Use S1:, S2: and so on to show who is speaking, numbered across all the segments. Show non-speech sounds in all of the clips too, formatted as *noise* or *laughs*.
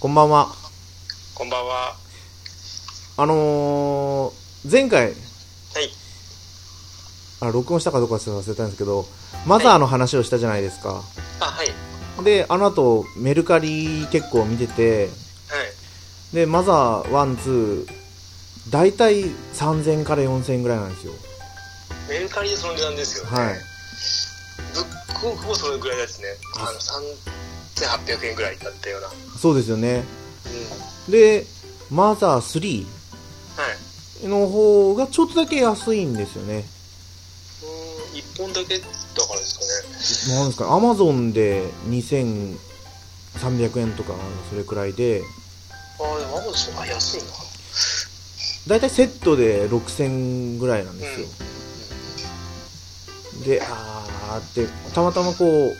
S1: こんばんは。
S2: こんばんは。
S1: あのー、前回、
S2: はい。
S1: あ、録音したかどうかちょっと忘れたんですけど、マザーの話をしたじゃないですか。
S2: あ、はい。はい。
S1: で、あの後、メルカリ結構見てて、で、マザー1、2、大体3000から4000ぐらいなんですよ。
S2: メルカリでその値段ですよね。
S1: はい。
S2: ブックオフもそれぐらいですね。あの、3800円ぐらいだったような。うん。
S1: そうですよね。
S2: は
S1: で、マザー
S2: い。
S1: 3の方がちょっとだけ安いんですよね。
S2: うーん、1本だけだからですかね。
S1: なんですか、アマゾンで2300円とか、それくらいで、
S2: ああ、でもアマゾン、あ、安いな。
S1: だいたいセットで6000ぐらいなんですよ。で、あーって、たまたまこう、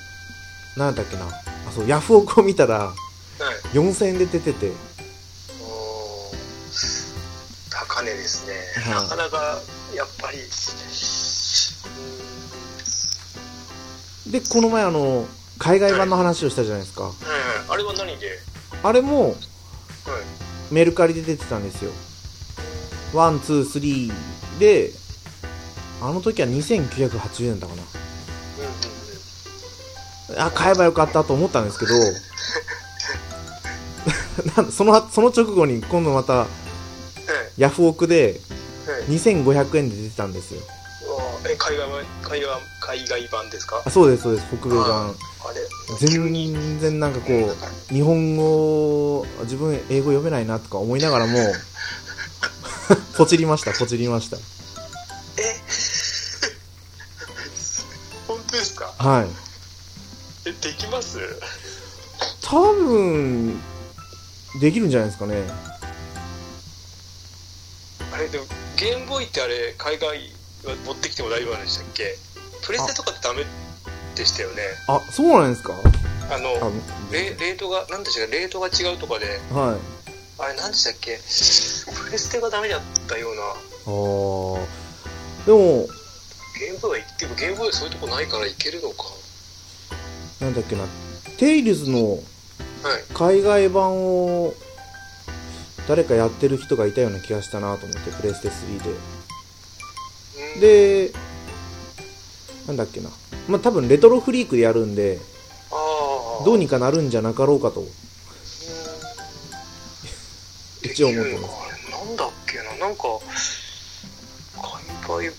S1: なんだっけな、あ、そう、ヤフオクを見たら、
S2: はい。
S1: 4000円で出てて、
S2: おー高値ですね、
S1: はい
S2: なかなかやっぱり、うー
S1: で、この前あの、海外版の話をしたじゃないですか。
S2: んはいはいあれは何で、
S1: あれも、
S2: はい、
S1: メルカリで出てたんですよ。ワン、ツー、スリーで、あの時は2980円だったか
S2: うんうんうん、
S1: な。あ、買えばよかったと思ったんですけど、 *laughs* なんその、その直後に今度また、ヤフオクで
S2: はいはい
S1: 2500円で出てたんですよ。
S2: あーえ海外版海外版海外版ですか
S1: あ、そうです、そうです、北米版。
S2: あれ
S1: 全然なんかこ
S2: なんか
S1: う、日本語、自分英語読めないなとか思いながらも、 *laughs* ポチりました、ポチりました。
S2: え *laughs* 本当ですか
S1: はい。
S2: えできます
S1: 多分、できるんじゃないですかね。
S2: あれでもゲームボーイってあれ海外は持ってきても大丈夫なんでしたっけプレステとかってダメでしたよね
S1: あ、そうなんですか
S2: あの
S1: あ、
S2: レレートが、なんでしたっけ、レートが違うとかで、
S1: はい。
S2: あれ、なんでしたっけ、プレステがダメだったような、
S1: あー。でも、
S2: ゲームボーイは、でもゲームボーイはそういうとこないからいけるのか。
S1: なんだっけな、テイルズの
S2: はい。
S1: 海外版を、誰かやってる人がいたような気がしたなと思って、プレイステ3で。
S2: うん、
S1: で、なんだっけな。まあ、多分レトロフリークでやるんで、
S2: ああ、
S1: どう
S2: に、
S1: にかなるんじゃなかろうかと、一応思ってます。
S2: す。なんだっけな、なんか、海外、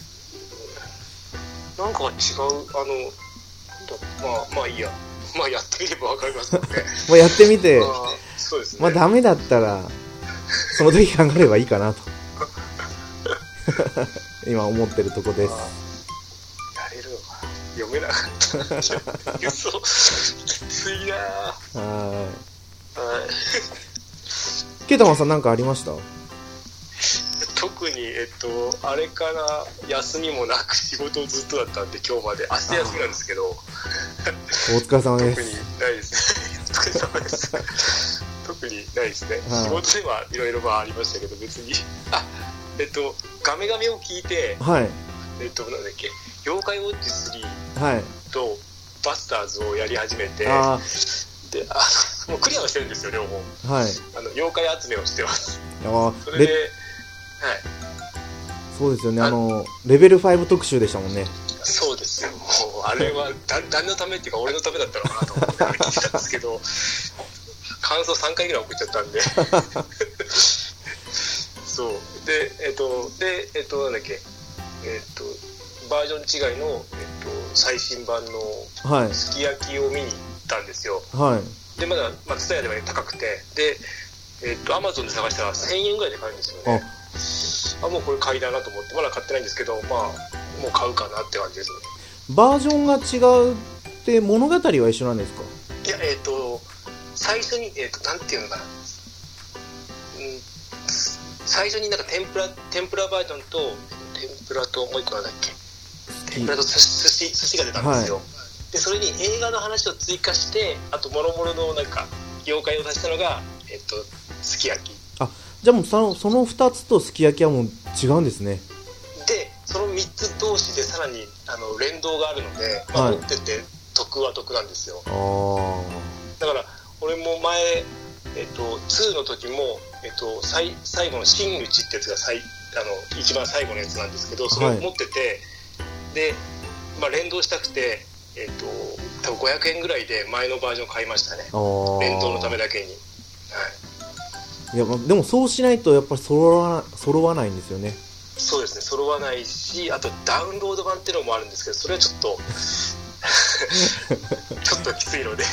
S2: なんか違う、あの、なんだまあ、まあいいや。まあやってみればわかり
S1: *laughs*
S2: ますもんね。
S1: まあ、やってみて、
S2: あーそうですね。
S1: まあ、ダメだったら、その時考えればいいかなと。 *laughs* 今思ってるとこです。
S2: やれるのかな読めな
S1: *laughs*
S2: かった。嘘。きついなぁ。
S1: は
S2: はい
S1: ーい。ケイタマンさんなんかありました
S2: 特に、えっと、あれから休みもなく仕事ずっとだったんで、今日まで。明日休みなんですけど、
S1: お疲れ様
S2: 特
S1: で
S2: に
S1: す。
S2: ないです。お疲れ様です。特にないですね。
S1: はい
S2: 仕事ではいろいろまあありましたけど、別に。あ、えっと、ガメガメを聞いて、
S1: はい。
S2: えっと、なんだっけ、妖怪ウォッチ3
S1: はい。
S2: とバスターズをやり始めて、
S1: あ
S2: で、あの、もうクリアはしてるんですよ、両方。
S1: あ、はい。
S2: あの妖怪集めをしてます。
S1: あ
S2: そ
S1: あ、
S2: れで、
S1: レ
S2: はい、
S1: そうですよね。あの、レベル5特集でしたもんね。
S2: そうですよ。もうあれはだ誰のためっていうか俺のためだったのかなと思って聞いてたんですけど、感想3回ぐらい送っちゃったんで。 *laughs* そうでえっ、とでえっ、となんだっけえっ、とバージョン違いのえっ、と最新版の
S1: はい。
S2: すき焼きを見に行ったんですよ。
S1: はい。
S2: でまだまあツタヤでは高くてで。えっと、アマゾンで探したら1000円ぐらいで買えるんですよね。あもうこれ買いだなと思ってまだ買ってないんですけどまあもう買うかなって感じですね
S1: バージョンが違うって物語は一緒なんですか
S2: いやえっ、と最初にえっ、となんていうのかなうん最初になんか天ぷら天ぷらバージョンと天ぷらともう一個なんだっけ天ぷらと寿司寿司寿司が出たんですよ、でそれに映画の話を追加してあともろもろのなんか妖怪を足したのがえっ、とすき焼き
S1: じゃあもうそのその2つとすき焼きはもう違うんですね。
S2: でその3つ同士でさらにあの連動があるので、まあ、
S1: はい
S2: 持ってて得は得なんですよ、
S1: ああ。
S2: だから俺も前えっと、2の時も、えっと、最最後の「真打ち」ってやつが最あの一番最後のやつなんですけどそれを持ってて、で、まあ、連動したくて、えっと、多分500円ぐらいで前のバージョン買いましたね
S1: ああ
S2: 連動のためだけに、はい、
S1: いや、まあ、でもそうしないとやっぱり揃わな揃わないんですよね
S2: そうですね揃わないしあとダウンロード版っていうのもあるんですけどそれはちょっ
S1: *laughs*
S2: とちょっときついので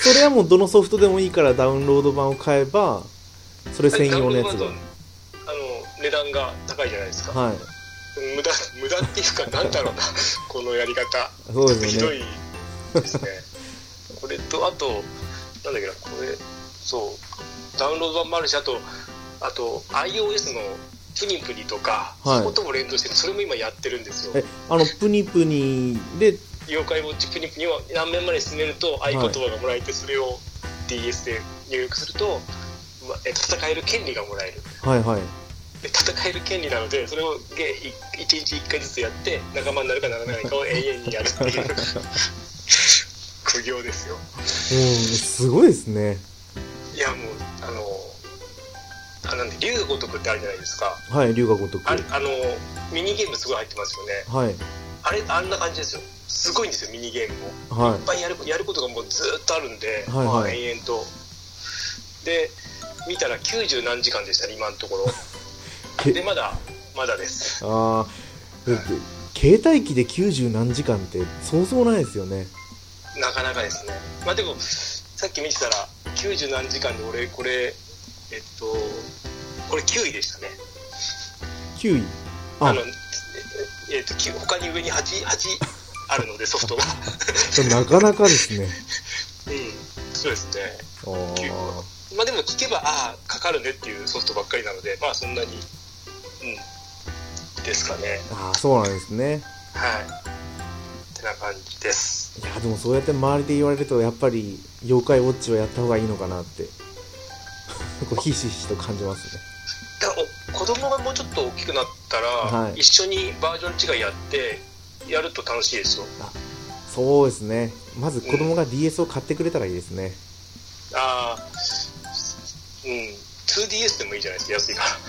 S1: それはもうどのソフトでもいいからダウンロード版を買えばそれ専用のやつが
S2: ダウンロード版だとあの値段が高いじゃないですか、
S1: はい
S2: 無駄無駄っていうかなんだろうな *laughs* このやり方
S1: そうで
S2: ひ
S1: す
S2: ど
S1: よ
S2: い
S1: ね
S2: で
S1: *laughs*
S2: すねこれとあとなんだっけなこれそうダウンロード版もあるしあとあと iOS のプニプニとか、
S1: はい
S2: そことも連動してるそれも今やってるんですよ
S1: えあのプニプニで
S2: 妖怪ウォッチプニプニを何面まで進めると合
S1: い
S2: 言葉がもらえてそれを DS で入力すると、まえ戦える権利がもらえる
S1: はいはい
S2: で戦える権利なのでそれをゲ1日1回ずつやって仲間になるかならないかを永遠にやるっていう *laughs* 苦行ですよ
S1: もうすごいですね
S2: いやもうあのあなんで竜が如くってあるじゃないですか
S1: はい龍が如く
S2: ああのミニゲームすごい入ってますよね
S1: はい
S2: あれあんな感じですよすごいんですよミニゲームも
S1: はい
S2: っぱいやるやることがもうずーっとあるんで、
S1: はいはい
S2: まあ、延々とで見たら90何時間でしたね今のとこ
S1: *laughs*
S2: ろ
S1: え
S2: でまだまだです
S1: ああだって携帯機で90何時間ってそうそうないですよね
S2: なかなかですねまあでもさっき見てたら90何時間で俺これえっとこれ9位でしたね
S1: 9位
S2: あ
S1: あ
S2: のええっとき他に上に 8, 八あ
S1: *laughs*
S2: るのでソフトが
S1: なかなかです
S2: *laughs*
S1: ね
S2: うんそうですね
S1: あー
S2: まあでも聞けばああかかるねっていうソフトばっかりなのでまあそんなにうんですかね
S1: あーそうなんですね
S2: はいってな感じです
S1: いやでもそうやって周りで言われるとやっぱり妖怪ウォッチはやった方がいいのかなって *laughs* こうひしひしと感じますね
S2: だからお子供がもうちょっと大きくなったら、
S1: はい
S2: 一緒にバージョン違いやってやると楽しいですよ
S1: そうですねまず子供が DS を買ってくれたらいいですね、
S2: ああうん 2DS でもいいじゃないですか安いから
S1: ああ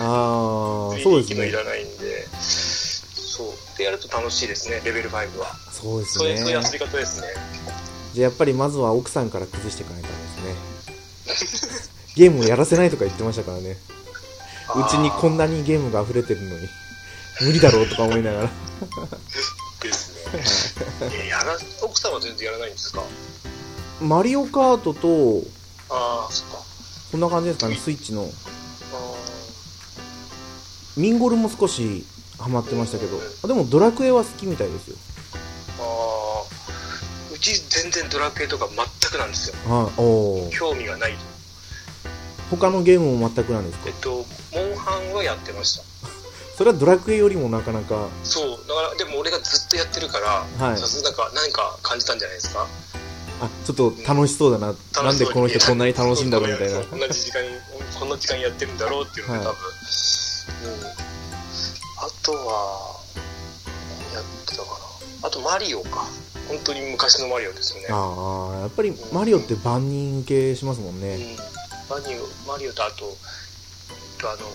S2: 3D
S1: そうです
S2: 機能い
S1: ね
S2: らないんでそうでやると楽しいですねレベル5は
S1: そうで
S2: そういう
S1: す
S2: そういう
S1: ね
S2: 遊び方ですね
S1: じゃあやっぱりまずは奥さんから崩していかないとダメですねゲームをやらせないとか言ってましたからねうちにこん
S2: な
S1: なにゲームが溢れてるのに無理だろうとか思いながら
S2: ですね
S1: *laughs*
S2: えやら奥さんは全然やらないんですか
S1: マリオカートと
S2: ああそっか
S1: こんな感じですかねスイッチの
S2: あ
S1: ミンゴルも少しハマってましたけどあでもドラクエは好きみたいですよ
S2: ーあーうち全然ドラクエとか全くなんですよ
S1: はいおー
S2: 興味がない
S1: 他のゲームも全くなんですか
S2: えっとモンハンはやってました
S1: それはドラクエよりもなかなか
S2: そうだからでも俺がずっとやってるから、
S1: はい
S2: さすがなんか何か感じたんじゃないですか
S1: あちょっと楽しそうだななんでこの人こんなに楽しいんだろうみたいな
S2: こんな時間こんな時間やってるんだろうっていうので、
S1: はい
S2: 多分、うん、あとは何やってたかなあとマリオか本当に昔のマリオですよね
S1: ああやっぱりマリオって万人受けしますもん
S2: うん
S1: ね、
S2: マリオマリオとあとえっとあの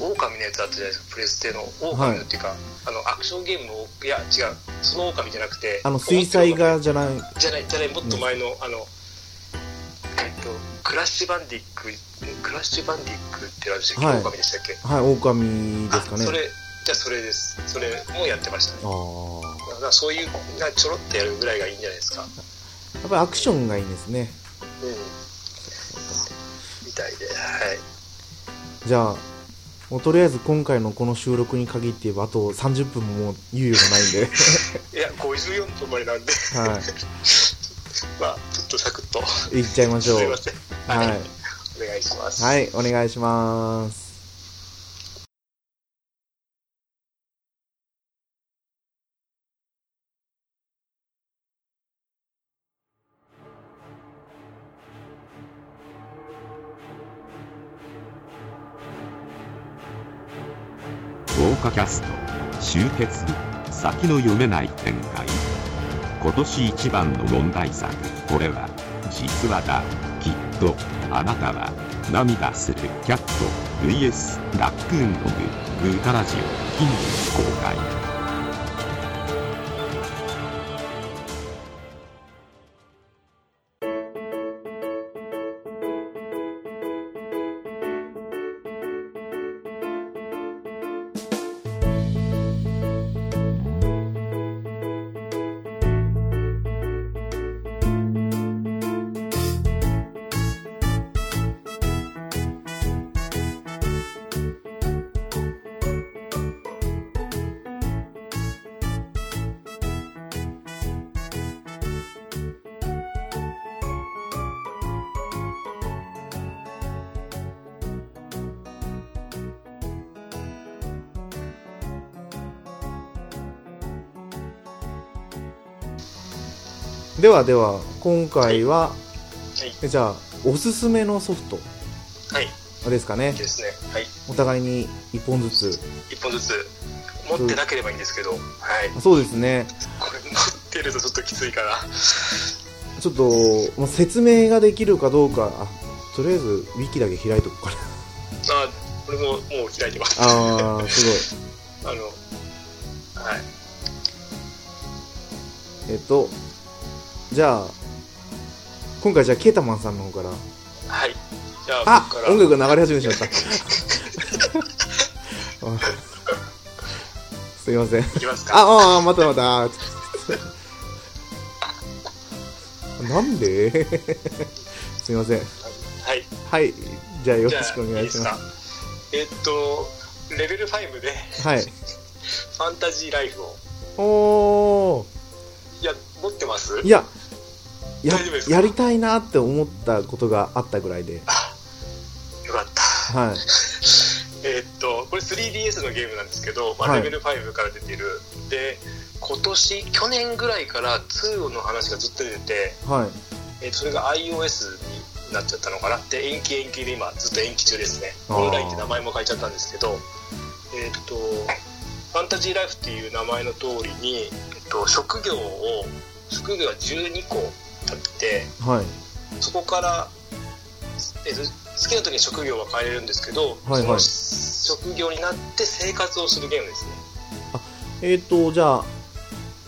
S2: オオカミのやつあったじゃないですかプレステのオオカミのっていうか、あのアクションゲームのいや違うそのオオカミじゃなくて
S1: あの水彩画じゃない
S2: じゃないじゃないもっと前の、あのえっとクラッシュバンディッククラッシュバンディックって何でしたっけ、
S1: はい
S2: 狼でしたっけ
S1: はい狼ですか
S2: あそ
S1: ね
S2: れじゃあそれですそれもやってました
S1: あ
S2: ね
S1: あ
S2: だからそういうなちょろっとやるぐらいがいいんじゃないですか
S1: やっぱりアクションがいいんですね
S2: うんみたいではい
S1: じゃあもうとりあえず今回のこの収録に限って言えばあと30分ももう猶予がないん
S2: *laughs*
S1: で
S2: いや54分までなんで *laughs*
S1: は
S2: まあちょっとサクッと
S1: い行っちゃいましょう
S2: すいません
S1: はい
S2: お願いします
S1: はいお願いします
S3: 豪華キャスト集結先の読めない展開今年一番の問題作これは実話だきっととあなたは涙するキャット VS ラックーンのググータラジオ近日公開
S1: ではでは今回は、
S2: はい
S1: えじゃあおすすめのソフト
S2: はい
S1: ですかね
S2: ですねはい
S1: お互いに1本ずつ
S2: 一本ずつ持ってなければいいんですけど、はい
S1: あそうですね
S2: これ持ってるとちょっときついから
S1: ちょっともう説明ができるかどうかあとりあえずウィキだけ開いとこうかな
S2: あこれももう開いてます
S1: ああすごい
S2: あのはい
S1: えっと、じゃあ、今回じゃあ、ケータマンさんの方から。
S2: はいじゃあ
S1: あ
S2: 僕から
S1: 音楽が流れ始めてしまった。あ *laughs* すいません。
S2: いきますか
S1: あ、あ、またまた。なんで *laughs* すいません。
S2: はい
S1: はい。じゃあ、よろ
S2: じゃ
S1: しくお
S2: あ
S1: 願
S2: いい
S1: い
S2: で
S1: し
S2: す
S1: ま
S2: かえっとレベル5で
S1: す。はい。
S2: ファンタジーライフを
S1: おー。
S2: いや持ってます
S1: いや、や
S2: 大丈夫ですか
S1: やりたいなって思ったことがあったぐらいで。
S2: よかった
S1: はい。
S2: えーっとこれ 3DS のゲームなんですけど、まあ
S1: はい
S2: レベル5から出てるで今年去年ぐらいから2の話がずっと出てて、
S1: はい。
S2: えーとそれが iOS になっちゃったのかなって延期延期で今ずっと延期中ですね
S1: あー
S2: オンラインって名前も変えちゃったんですけどえっ、とファンタジーライフっていう名前の通りに、えっと職業を職業が12個あって
S1: はい。
S2: そこから、えーと好きな時に職業は変えれるんですけど、
S1: はいはい
S2: その職業になって生活をするゲームですね
S1: えっ、と、じゃあ、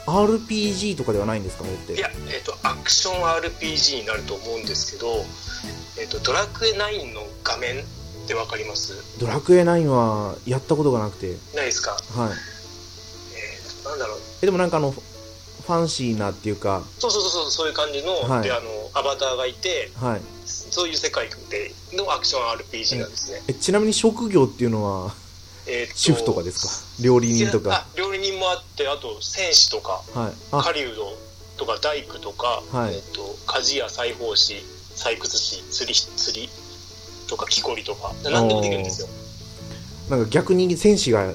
S1: RPG とかではないんですか、あれって。
S2: いや、えっとアクション RPG になると思うんですけど、えっとドラクエ9の画面って分かります
S1: ドラクエ9はやったことがなくて。
S2: ないですか、
S1: はい。
S2: えーとなんだろう
S1: え、でもなんかあの、フファンシーなっていうか、
S2: そうそうそうそうそういう感じの,、
S1: はい
S2: であのアバターがいて
S1: はい。
S2: そういう世界でのアクション RPG なんですね、
S1: え、ちなみに職業っていうのは、
S2: えっと
S1: 主婦とかですか料理人と
S2: いやあ
S1: か。
S2: 料理人もあってあと戦士とか
S1: はい。あ、
S2: 狩人とか大工とか、
S1: はい
S2: えっと鍛冶屋裁縫師採掘師釣り釣りとか木こりとか何でもできるんですよ
S1: なんか逆に戦士が、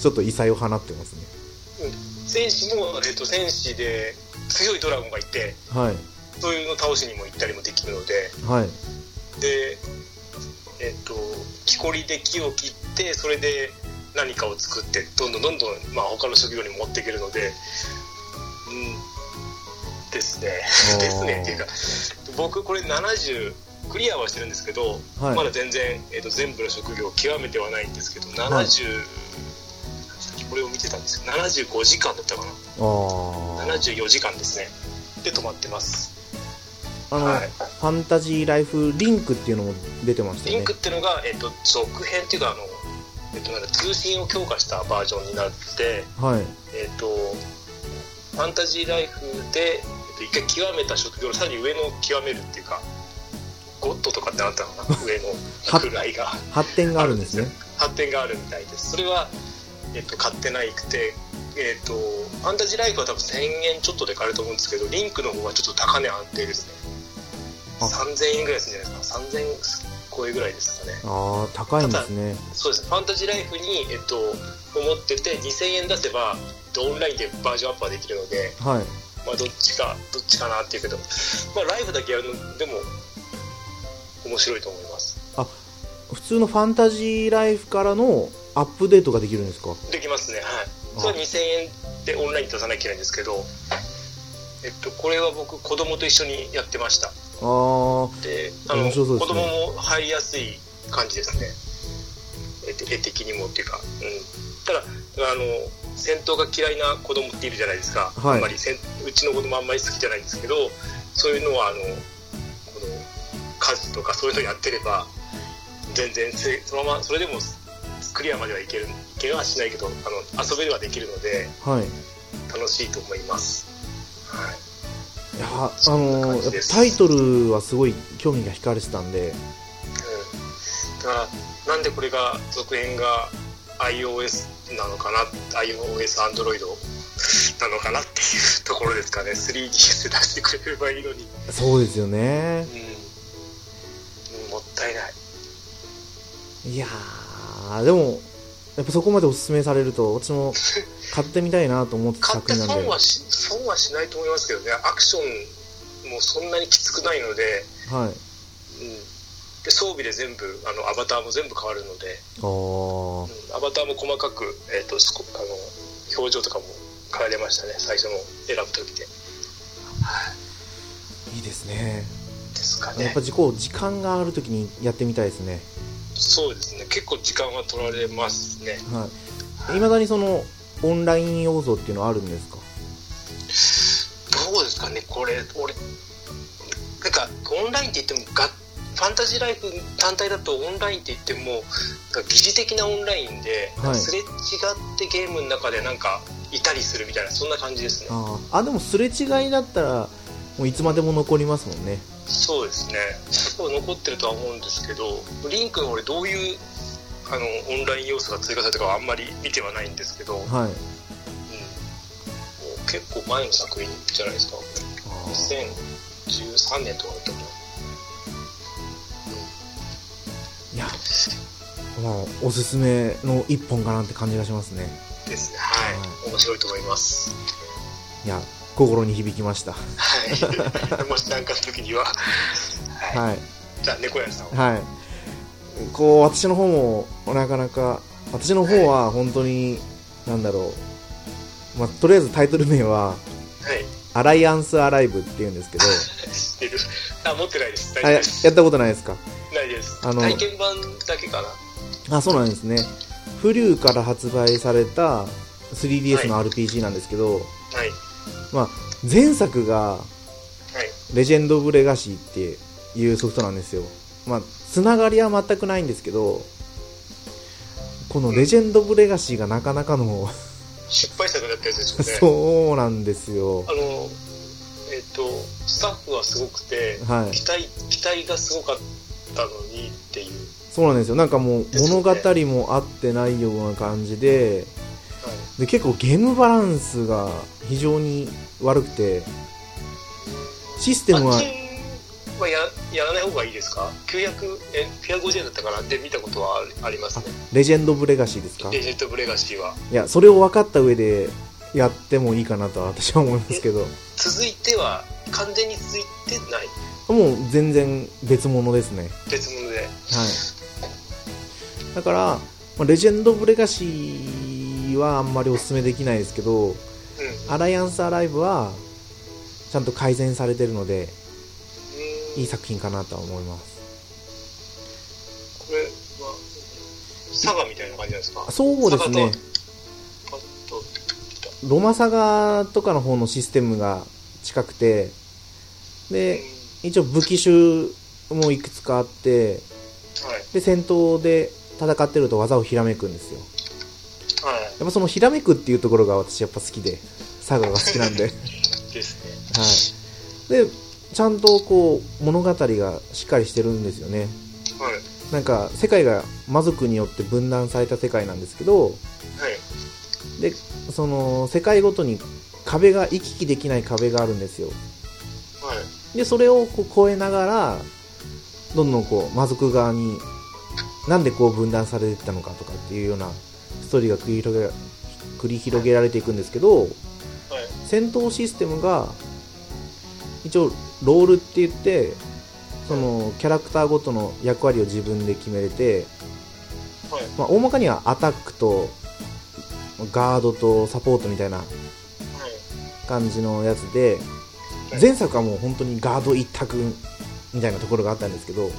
S1: ちょっと異彩を放ってますね。
S2: 戦士も、えっと戦士で強いドラゴンがいて
S1: はい。
S2: そういうのを倒しにも行ったりもできるので
S1: はい。
S2: で、えっと木こりで木を切ってそれで何かを作ってどんどんどんどん、まあ、他の職業にも持っていけるのでうんですね
S1: ー
S2: *laughs* ですねっていうか僕これ70クリアはしてるんですけど、
S1: はい
S2: まだ全然、えっと全部の職業を極めてはないんですけど70、
S1: はい
S2: さっきこれを見てたんですけど75時間だったかな
S1: あー。
S2: 74時間ですねで止まってます、
S1: あの、
S2: はい、
S1: ファンタジーライフリンクっていうのも出てましたよ
S2: リン
S1: ね
S2: クっ。てのが、えっと続編っていうかあの、えっとなんか通信を強化したバージョンになって、
S1: はい。
S2: えっとファンタジーライフで、えっと一回極めた職業のさらに上の極めるっていうかゴッドとかってなったのかな上 *laughs* の位が
S1: 発展があるんですね。
S2: 発展があるみたいですそれは、えっと買ってないくてえっとファンタジーライフは多分1000円ちょっとで買えると思うんですけどリンクの方はちょっと高値安定ですね
S1: あ
S2: 3000円ぐらいするんじゃないですか3000円超えぐらいですかね
S1: ああ、高いんですね。
S2: そうですねファンタジーライフに、えっと、思ってて2000円出せばオンラインでバージョンアップはできるので、
S1: はい。
S2: まあ、どっちかどっちかなっていうけど、まあ、ライブだけやるのでも面白いと思います
S1: 普通のファンタジーライフからのアップデートができるんですか
S2: できますねはい
S1: あ
S2: それは2000円でオンラインに出さなきゃいけないんですけどえっとこれは僕子供と一緒にやってました
S1: あー
S2: であの
S1: 面白そうで
S2: 子
S1: すね
S2: 供も入りやすい感じですね絵的絵的にもっていうか、うん、ただあの戦闘が嫌いな子供っているじゃないですか、
S1: はい
S2: あんまりせんうちの子供あんまり好きじゃないんですけどそういうのはあのこの家事とかそういうのやってれば全然せそのままそれでもクリアまではいけるいけはしないけどあの遊べるはできるので
S1: はい
S2: 楽しいと思います、はい
S1: いやあ
S2: そんな
S1: の
S2: 感
S1: や
S2: じ
S1: っぱ
S2: です
S1: タイトルはすごい興味が惹かれてたんで
S2: うんだからなんでこれが続編が iOS なのかな iOS アンドロイドなのかなっていうところですかね 3DS 出してくれればいいのに、
S1: そうですよね
S2: うんうんもったいない
S1: いやーでもやっぱそこまでおすすめされると私も買ってみたいなと思ってた
S2: 買っ
S1: 作
S2: て
S1: 品なん
S2: 損
S1: で
S2: はし損はしないと思いますけどねアクションもそんなにきつくないので,、
S1: はい
S2: うん、で装備で全部あのアバターも全部変わるので、
S1: あー
S2: うんアバターも細かく、えー、とスコあの表情とかも変えれましたね最初の選ぶ時で
S1: いいですね
S2: ですか
S1: やっ
S2: ね
S1: ぱ時こう時間があるときにやってみたいですね
S2: そうですね結構時間は取られますね
S1: はいいまだにそのオンライン要素っていうのはあるんですか
S2: どうですかねこれ俺なんかオンラインって言ってもがファンタジーライフ単体だとオンラインって言ってもなんか疑似的なオンラインで、
S1: はい
S2: すれ違ってゲームの中でなんかいたりするみたいなそんな感じですね
S1: あーあでもすれ違いだったらもういつまでも残りますもんね
S2: そうですね結構残ってるとは思うんですけどリンクの俺どういうあのオンライン要素が追加されたかはあんまり見てはないんですけど、うん、も
S1: はいう
S2: 結構前の作品じゃないですか
S1: あー
S2: 2013年とかだったかない
S1: やまあおすすめの一本かなって感じがしますね
S2: ですねはい、面白いと思います
S1: いや心に響きました
S2: はい *laughs* もし何かの時には、はい
S1: はい
S2: じゃあ猫屋さんは
S1: はい。こう、私の方も、なかなか、私の方は本当に、なんだろう。まあ、とりあえずタイトル名は、
S2: はい
S1: アライアンスアライブって言うんですけど、
S2: 知ってるあ持ってないです大
S1: あや
S2: 丈夫で
S1: や
S2: す
S1: ったことないですか
S2: ないです
S1: あの
S2: 体験版だけかな
S1: あ、そうなんですね。フリューから発売された 3DS の RPG なんですけど、
S2: はい
S1: まあ、前作が、
S2: はい
S1: レジェンド・オブ・レガシーっていうソフトなんですよ。まあ、つながりは全くないんですけど、このレジェンド・オブ・レガシーがなかなかの、
S2: 失敗作だったやつですよ
S1: *laughs*
S2: ね
S1: そうなんですよ
S2: あ。のえっ、とスタッフはすごくて、
S1: はい
S2: 期待期待がすごかったのにっていう、
S1: そうなんですよ。なんかもう
S2: ですよ
S1: 物
S2: ね
S1: 語も合ってないような感じで、
S2: はい
S1: で結構ゲームバランスが非常に悪くて、システム
S2: マ
S1: は
S2: ッ、チングはややらない方がいいですか900え950円だったかなって見たことはあありますね
S1: レジェンド・オブ・レガシーですか
S2: レ
S1: い
S2: ジェンド・ブレガシーは
S1: や、それを分かった上でやってもいいかなとは私は思いますけど、
S2: 続いては完全に続いてない
S1: もう全然別物ですね。
S2: 別物で
S1: はい。だから、まあレジェンド・オブ・レガシーはあんまりおすすめできないですけど、
S2: うん
S1: アライアンス・アライブは、ちゃんと改善されてるので、いい作品かなとは思います。
S2: これは佐賀みたいな感じなんですか
S1: そうですね。
S2: 佐賀とパッと来た
S1: ロマサガとかの方のシステムが近くて、で、一応武器種もいくつかあって、
S2: うんはい
S1: で、戦闘で戦ってると技をひらめくんですよ。
S2: は
S1: やっぱそのひらめくっていうところが私やっぱ好きで、サガが好きなんで。はい。
S2: いですね
S1: で、ちゃんとこう物語がしっかりしてるんですよね。
S2: はいはい
S1: なんか世界が魔族によって分断された世界なんですけど、でその世界ごとに壁が行き来できない壁があるんですよ
S2: はい
S1: でそれをこう越えながらどんどんこう魔族側になんでこう分断されていったのかとかっていうようなストーリーが繰り広げ繰り広げられていくんですけど
S2: はい
S1: 戦闘システムが一応ロールって言ってそのキャラクターごとの役割を自分で決めれて
S2: はい
S1: まあ、大まかにはアタックとガードとサポートみたいな
S2: はい
S1: 感じのやつで
S2: はい
S1: 前作はもう本当にガード一択みたいなところがあったんですけど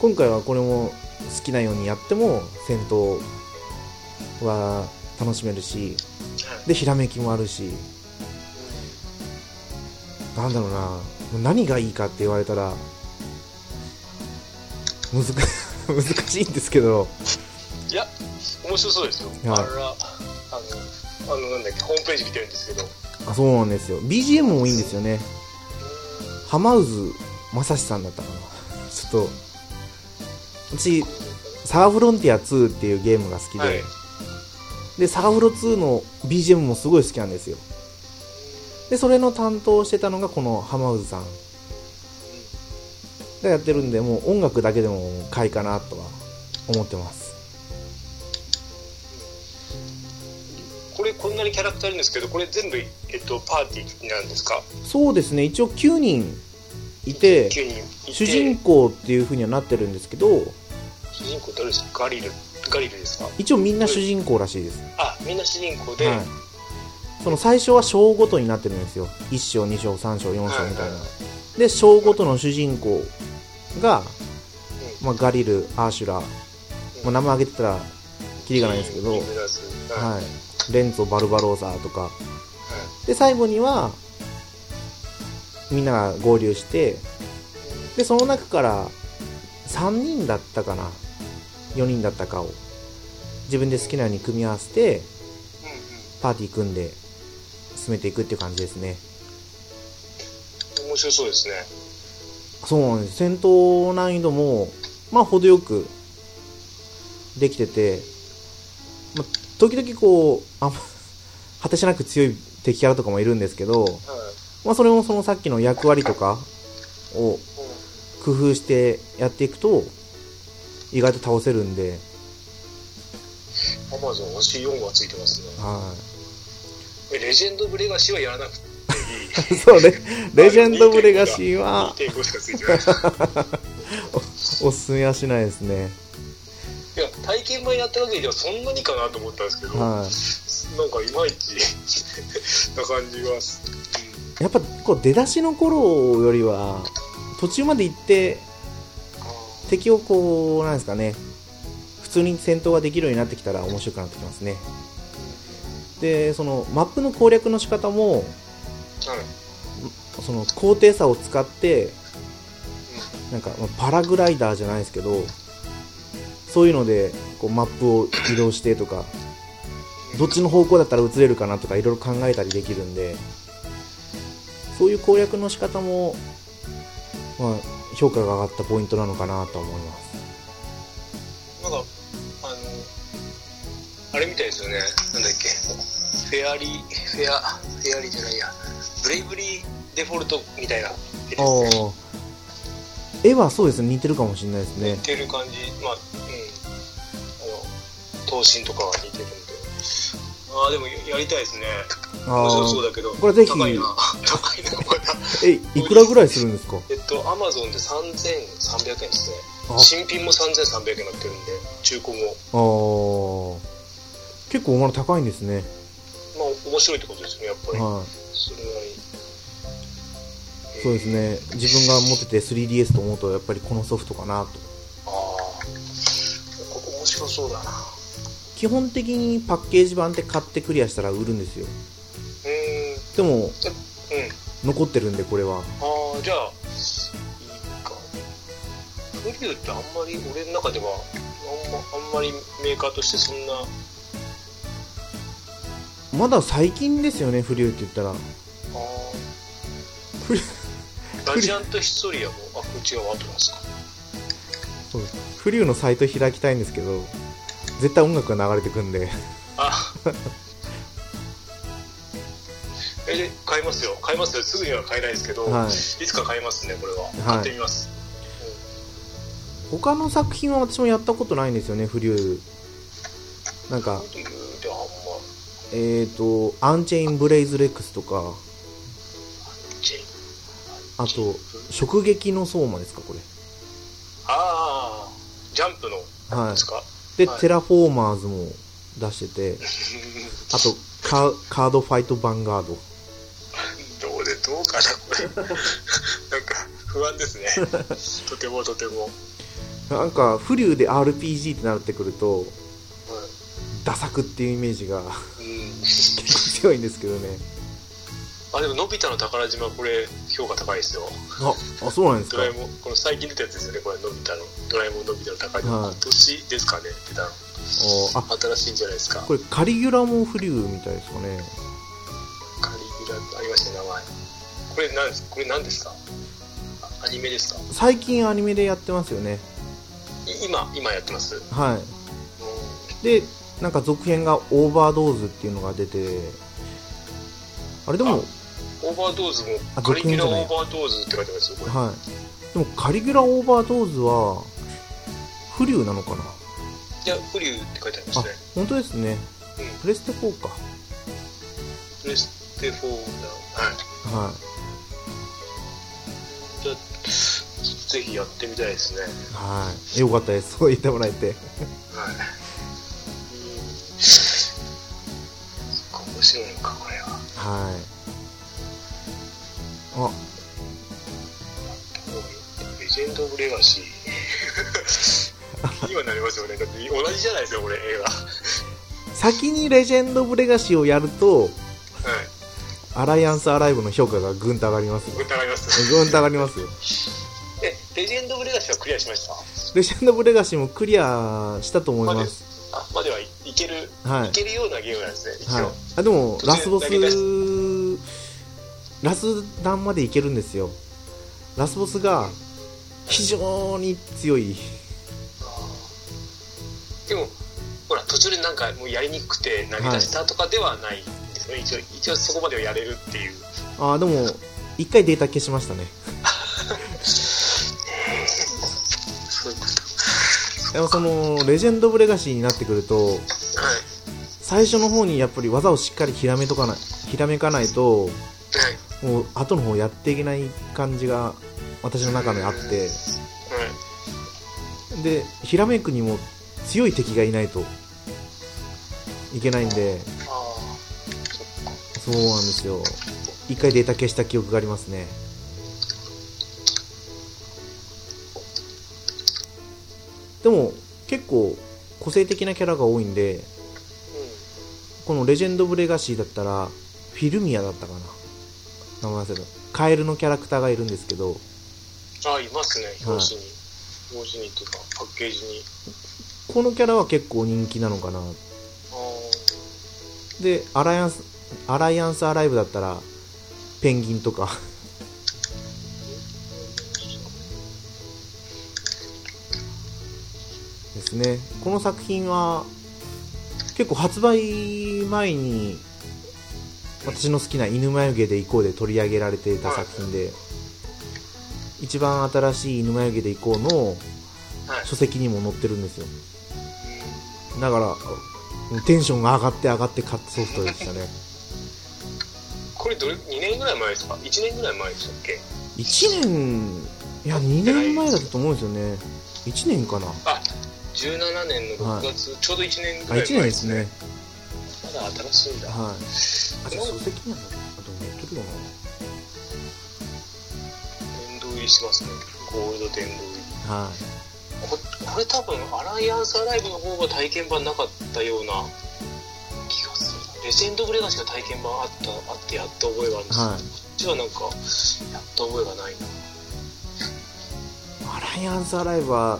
S1: 今回はこれも好きなようにやっても戦闘は楽しめるしでひらめきもあるしなんだろうな何がいいかって言われたら難 *laughs* 難しいんですけど
S2: いや面白そうですよあら
S1: はい
S2: あのあのなんだっけホームページ見てるんですけど
S1: あそうなんですよ BGM もいいんですよね浜渦正史さんだったかなちょっと私サーフロンティア2っていうゲームが好きで、
S2: はい
S1: でサーフロ2の BGM もすごい好きなんですよでそれの担当してたのがこの浜渦さんがやってるんでもう音楽だけでも買いかなとは思ってます
S2: これこんなにキャラクターいるんですけどこれ全部、えっと、パーティーなんですか
S1: そうですね一応9人いて
S2: 9人いて
S1: 主人公っていう風にはなってるんですけど
S2: 主人公誰ですかガリルガリルですか
S1: 一応みんな主人公らしいです、
S2: あみんな主人公で、
S1: はい、その最初は章ごとになってるんですよ1章2章3章4章みたい
S2: は
S1: ない
S2: は
S1: で章ごとの主人公が、まあ、ガリルアーシュラ、まあ、名前挙げてたらキリがないんですけど、
S2: リグラスは
S1: はい、レンツォ・バルバローザとか
S2: いはい
S1: で最後にはみんなが合流してでその中から3人だったかな4人だったかを自分で好きなように組み合わせて
S2: うん
S1: パーティー組んで進めていくっていう感じですね
S2: うん面白そうですね
S1: そうなんです戦闘難易度もまあ程よくできてて、まあ、時々こうあんま *laughs* 果てしなく強い敵キャラとかもいるんですけど、
S2: は
S1: まあ、それもそのさっきの役割とかを
S2: い、うん
S1: 工夫してやっていくと意外と倒せるんで、
S2: アマゾン星4はついてますね。
S1: は
S2: えレジェンド・オブ・レガシーはやらなくてい。
S1: い、そうねレジェンド・オブ・レガシーはい
S2: 2.5しかついてない。い
S1: おすすめはしないですね、
S2: や、体験版やった限りではそんなにかなと思ったんですけど、
S1: は
S2: なんかいまいち *laughs* な感じがす
S1: い、やっぱこう出だしの頃よりは途中まで行って敵をこうなんですかね普通に戦闘ができるようになってきたら面白くなってきますねでそのマップの攻略の仕方も
S2: はい
S1: その高低差を使ってなんかまあパラグライダーじゃないですけどそういうのでこうマップを移動してとかどっちの方向だったら移れるかなとかいろいろ考えたりできるんでそういう攻略の仕方も、まあ、評価が上がったポイントなのかなと思います
S2: なんか、あの、あれみたいですよね。なんだっけ。フェアリー、フェア、フェアリーじゃないや。ブレイブリーデフォルトみたいな絵ですね。
S1: ああ絵はそうですね似てるかもしれないですね
S2: 似てる感じ、まあ、うん、あの、頭身とかは似てるんで。ああ、でもややりたいですね。
S1: あ
S2: 面白そう
S1: あ
S2: だけど。
S1: これぜひ
S2: 高いな。 *laughs* 高いな、これな。
S1: えいくらぐらいするんですか
S2: えっと、アマゾンで3300円ですね。
S1: あ
S2: 新品も3300円になってるんで、中古も。
S1: あー結構お金高いんですね
S2: まあ、面白いってことですよね、やっぱり。
S1: はい
S2: それなりに。
S1: そうですね自分が持ってて 3DS と思うとやっぱりこのソフトかなと
S2: ああ、ここ面白そうだな。う
S1: 基本的にパッケージ版って買ってクリアしたら売るんですよ
S2: ーん、
S1: でも
S2: うん。
S1: 残ってるんでこれは
S2: ああ、じゃあ、いいか。フリューってあんまり、俺の中では、あんまあんまりメーカーとしてそんな、あ
S1: まだ最近ですよねフリューって言ったら
S2: あ
S1: フリュ
S2: ー、ガジアントヒストリアも、あ、こっちは後なんですか。
S1: そうフリューのサイト開きたいんですけど絶対音楽が流れてくんで
S2: あえ、で買いますよ。買いますよ。すぐには買えないですけど、、
S1: はい
S2: つか買いますね、これは。
S1: い
S2: 買ってみます。
S1: 他の作品は私もやったことないんですよねフリューなんか
S2: フリューであんま、
S1: えっ、とアンチェイン・ブレイズ・レックスとか
S2: チェイ
S1: あと直撃の相馬ですかこれ
S2: ああ、ジャンプの、
S1: はい
S2: ですか。
S1: で、
S2: はい
S1: テラフォーマーズも出してて、あと、カカードファイトヴァンガード。
S2: *laughs* どうでどうかなこれなんか不安で
S1: *laughs*
S2: すねとてもとても、うん、
S1: なんか不流で RPG ってなってくるとダサくっていうイメージが *laughs*
S2: うん、
S1: 強いんですけどね
S2: あでものび太の宝島これ評価高いですよ
S1: ああそうなんです
S2: ド
S1: か
S2: ラえもんこの最近出たやつですよねこれのび太のドラえもんのび太の宝島、
S1: はい
S2: 今年ですかね出たの
S1: おあ
S2: 新しいんじゃないですか
S1: これカリギュラも不流みたいですかね
S2: カリギュラありましたね名前これ何ですこれ何ですかあアニメですか
S1: 最近アニメでやってますよね
S2: い今今やってますうん
S1: はいでなんか続編が「オーバードーズ」っていうのが出てあれでも
S2: オーバードーズ
S1: あ
S2: もカリギュ
S1: 続編じ
S2: ラ
S1: ゃない
S2: オーバードーズって書いてますよこれ
S1: はいでもカリギュラ・オーバードーズは不流なのかない
S2: やフリューって書いてありま
S1: あ
S2: すね
S1: 本当ですねプレステ4か
S2: プレステ4だはい
S1: は
S2: じゃあぜひやってみたいですね
S1: いはいよかったですそう言ってもらえて
S2: はいうんそっか面白いのかこれは
S1: はいあ
S2: レジェンド・オブ・レガシ *laughs* ー。今なりますよね。だって同じじゃないですか、これ、映画。
S1: 先に「レジェンド・オブ・レガシー」をやると
S2: はい。
S1: アライアンス・アライブの評価がぐんと上がりますよ
S2: ぶったがります。
S1: ぐんと上がりますよ
S2: え、レジェンド・オブ・レガシーはクリアしました
S1: レジェンド・オブ・レガシーもクリアしたと思います
S2: あ、まではい、いける、
S1: はい
S2: いけるようなゲームなんですね、一応。
S1: はい、あでも
S2: 途中
S1: ラスボス
S2: 投げ出
S1: ラス段までいけるんですよラスボスが非常に強い
S2: でも、ほら、途中でなんかもうやりにくくて投げ出したとかではないんですよね。一応、一応そこまではやれるっていう。
S1: あーでも一回データ消しましたね
S2: そういう
S1: で
S2: こ
S1: もそのレジェンド・オブ・レガシーになってくると
S2: と。はい。
S1: 最初の方にやっぱり技をしっかりひらめとかないひらめかないと
S2: はい。
S1: もう後の方やっていけない感じが私の中であって
S2: はい。
S1: でひらめくにも強い敵がいないといけないんで
S2: ああ、そっか。
S1: そうなんですよ一回データ消した記憶がありますねでも結構個性的なキャラが多いんで
S2: う
S1: この「レジェンド・オブ・レガシー」だったらフィルミアだったかな名前忘れたカエルのキャラクターがいるんですけど
S2: ん。ああ、いますね、表紙に。表紙にっていうか、パッケージに。
S1: このキャラは結構人気なのかな
S2: ああ、
S1: でアライアンスアライアンス・アライブだったらペンギンとかですねこの作品は結構発売前に私の好きな「犬眉毛で行こう」で取り上げられていた作品で一番新しい「犬眉毛で行こう」の
S2: はい。
S1: 書籍にも載ってるんですよだからテンションが上がって上がって買ったソフトでしたね
S2: これどれ、2年ぐらい前ですか ?1 年ぐらい前でしたっけ
S1: 1年いや2年前だったと思うんですよね1年かなあ
S2: あ、17年の6月、ちょうど1年ぐらい前
S1: 1年ですね。
S2: まだ新しいんだ。
S1: はいあじゃあ書籍なのあと載ってるよ
S2: 殿堂入りしますね。ゴールド殿堂入り。
S1: なはい
S2: ここれ多分、アライアンスアライブの方が体験版なかったような気がするな。レジェンド・オブ・レガシーが体験版あった、あってやった覚えがあるんですけど、
S1: はい
S2: こっちはなんか、やった覚えがないな。
S1: アライアンスアライブは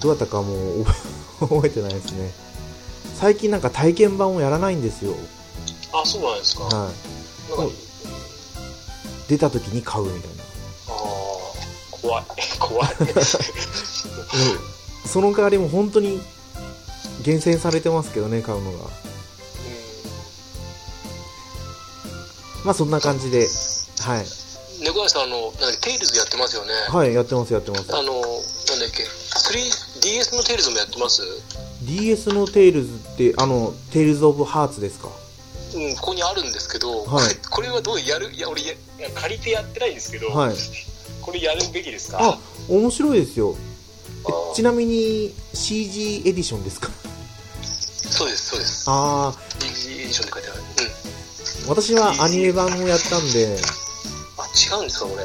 S1: どうだったかもう覚覚えてないですね最近なんか体験版をやらないんですよ、
S2: あ、そうなんですか。
S1: は
S2: なん
S1: う
S2: か
S1: んい、出た時に買うみたいな
S2: ああ、怖い、 *laughs*
S1: *laughs*
S2: 怖い。
S1: うんその代わりも本当に厳選されてますけどね買うのがまあそんな感じではい
S2: 猫屋さん、あの、なんだっけ、テイルズやってますよね。
S1: はいやってますやってます
S2: あの、なんだっけ、3 DS のテイルズもやってます
S1: DS のテイルズってあのテイルズ・オブ・ハーツですか
S2: うん、ここにあるんですけど、
S1: はい
S2: これはどうやるいや、俺や、いや借りてやってないんですけど、
S1: はい
S2: これやるべきですか
S1: あ面白いですよ
S2: あー
S1: ちなみに CG エディションですか
S2: そうです、そうです。
S1: ああ
S2: DG エディションって書いてある。うん。
S1: 私はアニメ版もやったんで
S2: あ、違うんですか、これ。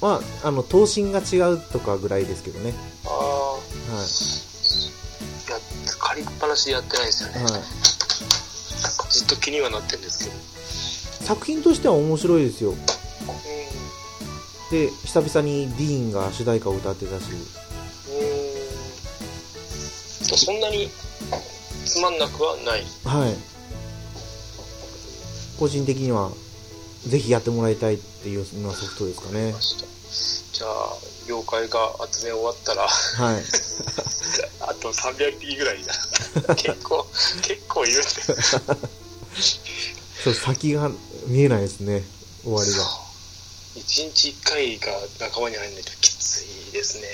S1: まあ、あの、刀身が違うとかぐらいですけどね。
S2: あ
S1: は
S2: あ、やっ借りっぱなしでやってないですよね
S1: い。。はい。
S2: なんかずっと気にはなってるんですけど。
S1: 作品としては面白いですよ。
S2: う
S1: で、久々にディーンが主題歌を歌ってたし。
S2: ん。うん。そんなにつまんなくはない。
S1: はい。個人的には、ぜひやってもらいたいっていうようなソフトですかね
S2: ま。したじゃあ、妖怪が集め終わったら、
S1: はい。
S2: あと300匹ぐらいだ。結構、結構いるんで。
S1: そう、先が見えないですね。終わりが。
S2: 1日1回が仲間に会えないときついですね。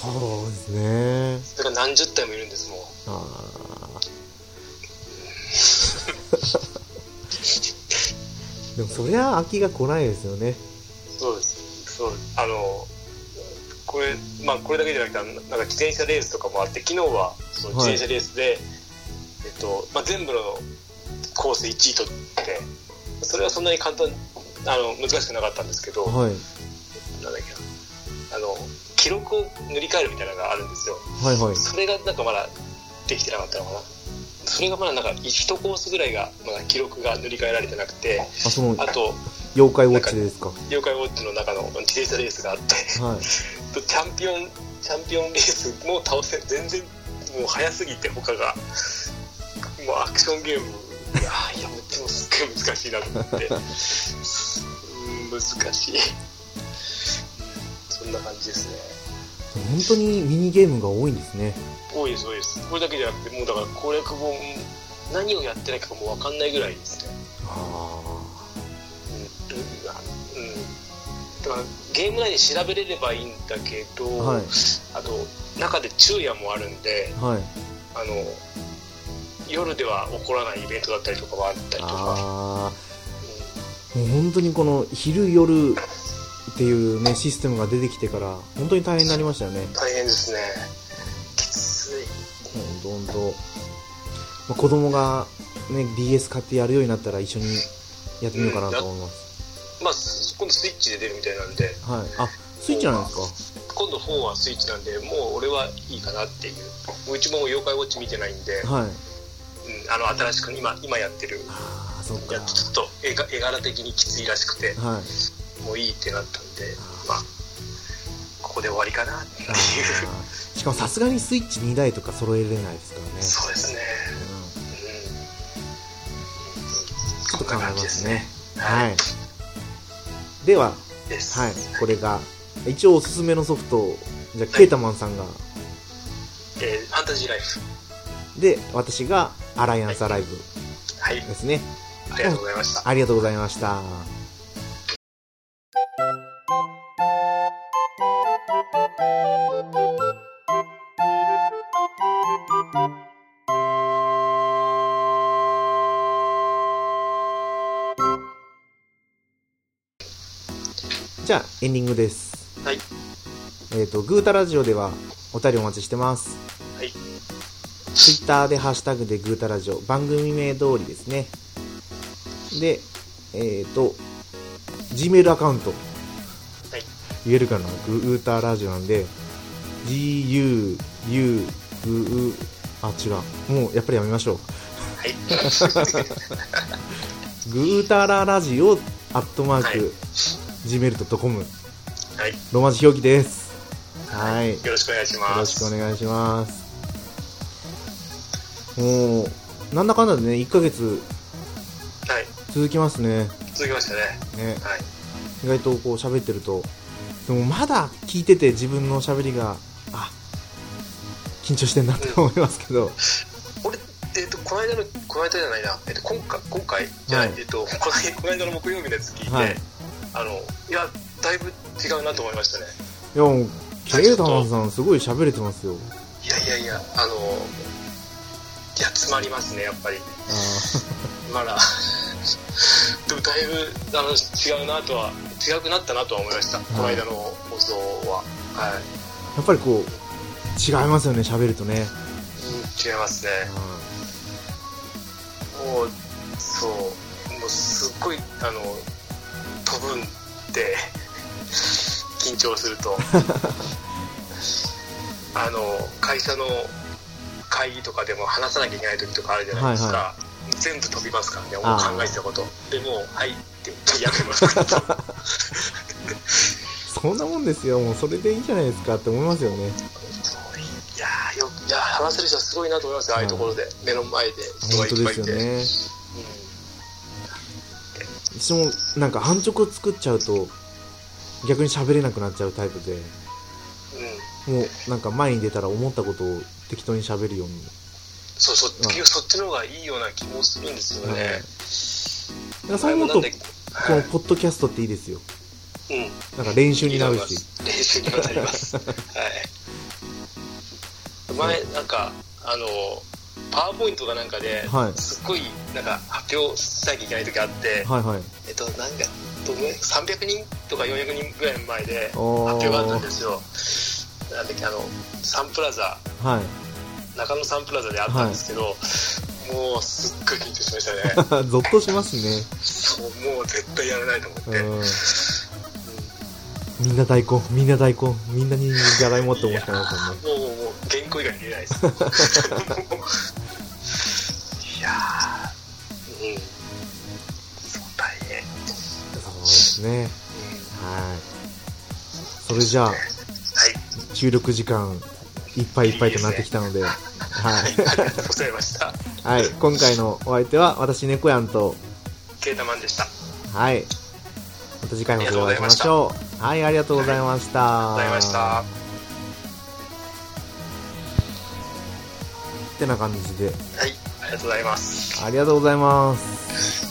S1: そうですね。
S2: だから何十体もいるんですもん。
S1: あー *laughs* でもそりゃ飽きが来ないですよね。
S2: そうです。そうですあの、これ、まあ、これだけじゃなくて、あのなんか自転車レースとかもあって、昨日はその自転車レースで、えっと、まあ、全部のコース1位取って、それはそんなに簡単、あの、難しくなかったんですけど、
S1: はい。
S2: なんだっけな、あの、記録を塗り替えるみたいなのがあるんですよ。
S1: はいはい。
S2: それがなんかまだできてなかったのかな。それがまだなんか1コースぐらいが、まだ記録が塗り替えられてなくて、
S1: あ、その
S2: あ、と、
S1: 妖怪ウォッチですか。
S2: 妖怪ウォッチの中の自転車レースがあって、
S1: はい。
S2: チャンピオン、チャンピオンレースも倒せ、全然もう早すぎて、他が、もうアクションゲーム、いやー、いや、もうでもすっごい難しいなと思って、うーん、難しい。そんな感じですね。
S1: 本当にミニゲームが多いんですね。
S2: 多いです、多いです。これだけじゃなくて、もうだから攻略本、何をやってないかもう分かんないぐらいですね。
S1: あ
S2: うん、うんあうんだからゲーム内で調べれればいいんだけど、
S1: はい
S2: あと中で昼夜もあるんで、
S1: あ。はい。
S2: あの夜では起こらないイベントだったりとかもあったりとか、
S1: あ
S2: う
S1: あ。もう本当にこの昼夜っていうね、システムが出てきてから、本当に大変になりましたよね。
S2: ん大変ですねきつい
S1: どんどん、まあ、子供がね、DS 買ってやるようになったら一緒にやってみようかなと思います。
S2: まあす今度スイッチで出るみたいなんで
S1: はい。あ、スイッチなんです
S2: 今度4はスイッチなんでもう俺はいいかなっていうもう一番も妖怪ウォッチ見てないんで、
S1: かはい。
S2: うん、あの新しく今今やってる
S1: ああ、そっか
S2: や。つちょっと絵が絵柄的にきついらしくて
S1: はい。
S2: もういいってなったんでまあここで終わりかなっていう
S1: あーしかもさすがにスイッチ2台とか揃えれないですからね。
S2: そうですね
S1: うん
S2: うん
S1: ちょっと考えますね。
S2: は
S1: はいい。では、
S2: です
S1: はい、これが、一応おすすめのソフトを、じゃあ、ケータマンさんが、
S2: えーファンタジーライフ。
S1: で、私が、アライアンスアライブ
S2: は
S1: で
S2: い、
S1: すね。
S2: ありがとうござい
S1: *laughs*
S2: ました。
S1: ありがとうございました。じゃあ、エンディングです。
S2: はい。
S1: えっ、と、グータラジオではお便りお待ちしてます。
S2: はい。
S1: ツイッターでハッシュタグでグータラジオ、番組名通りですね。で、えっ、と、Gmail アカウント。
S2: い
S1: 言えるかなグータラジオなんで、GU、U、グー、あ、違う。もうやっぱりやめましょ
S2: はい。 *laughs*
S1: う。グータララジオ、アットマー
S2: はい
S1: ク、gmail.com。
S2: はい。
S1: ローマ字表記です。はい。
S2: よろしくお願いします。
S1: よろしくお願いします。もう、なんだかんだでね、1ヶ月
S2: はい。
S1: 続きますね。
S2: 続きましたね。
S1: ね
S2: はい。
S1: 意外とこう喋ってると、でもまだ聞いてて自分の喋りが、あ、緊張してんなって思いますけど、
S2: 俺、えっ、と、この間の、この間じゃないな。えっ、と、今回、今回、じゃない、
S1: はい
S2: えっ、と、この *laughs* 間、この間の木曜日のやつ聞いて、
S1: はい
S2: あの、いや、だいぶ違うなと思いましたね。
S1: いやもう、ケイタマンさんすごい喋れてますよ。
S2: いやいやいや、あの、いや、詰まりますね、やっぱり。
S1: あー
S2: まだ。 *laughs* でも、だいぶ、あの、違うなとは、違くなったなとは思いました。この間の放送は。はい。
S1: やっぱりこう、違いますよね、喋るとね。
S2: うん違いますね。
S1: あ
S2: もうそうもうすっごいあの飛ぶんで緊張する
S1: *laughs*
S2: とあの会社の会議とかでも話さなきゃいけない時とかあるじゃないですか、
S1: は
S2: 全部飛びますからね
S1: あ
S2: もう
S1: ー
S2: 考えてたことでもう「はい」って言ってやめますから
S1: そんなもんですよもうそれでいいじゃないですかって思いますよね
S2: いやーよいやー話せる人はすごいなと思いますよああいうところで、目の前で人が
S1: 本
S2: い
S1: 当
S2: っ
S1: で
S2: ぱい
S1: す
S2: い
S1: よ
S2: て、
S1: ね
S2: うん
S1: 私もなんか半直作っちゃうと逆に喋れなくなっちゃうタイプで
S2: うん
S1: もうなんか前に出たら思ったことを適当に喋るように
S2: そうそ,、
S1: うん
S2: そっちの方がいいような気もするんですよね。
S1: だからそう思うと
S2: なんだっ
S1: こ
S2: け
S1: のポッドキャストっていいですよ
S2: うん、
S1: なんか練習になるし。
S2: 練習にもな
S1: *laughs*
S2: ります。はい。前、なんか、あの、パワーポイントかなんかで、
S1: はい
S2: すっごい、なんか、発表しなきゃいけない時あって、
S1: はいはい
S2: えっと、なんか、どのぐらい ?300 人とか400人ぐらいの前で、発
S1: お
S2: 表があったん
S1: ー
S2: ですよ。なんだっけ、あの、サンプラザ、
S1: はい
S2: 中野サンプラザであったんですけど、もう、すっごい緊張しました
S1: *laughs*
S2: ね。
S1: ゾッとしますね
S2: そうもう絶対やらないと思って、うん
S1: うんみんな大根みんな大根みんなにじゃがいもって思うしかないですよね
S2: もうもうもう原稿以外見えないですいやーうんそう大変、
S1: そうですね
S2: うん、
S1: はいそれじゃあ
S2: はい
S1: 収録時間いっぱいいっぱいとなってきたのではい
S2: ありがとうございました
S1: はい、今回のお相手は私猫やんと、
S2: ケータマンでしたあり
S1: はい、また次回もお会いしましょう。はい、ありがとうございました。
S2: がとうございました
S1: ってな感じで、
S2: はいありがとうございます
S1: ありがとうございます。